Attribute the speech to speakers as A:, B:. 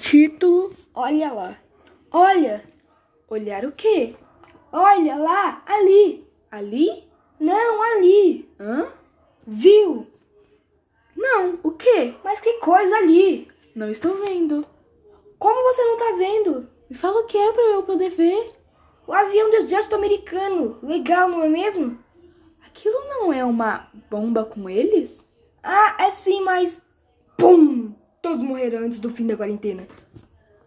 A: Título: Olha lá.
B: Olha,
A: Olhar o quê?
B: olha lá, ali.
A: Ali?
B: Não, ali.
A: Hã?
B: Viu?
A: Não, o quê?
B: Mas que coisa ali.
A: Não estou vendo.
B: Como você não tá vendo?
A: Me fala o que é pra eu poder ver.
B: O avião do exército americano. Legal, não é mesmo?
A: Aquilo não é uma bomba com eles?
B: Ah, é sim, mas. Pum! Todos morreram antes do fim da quarentena.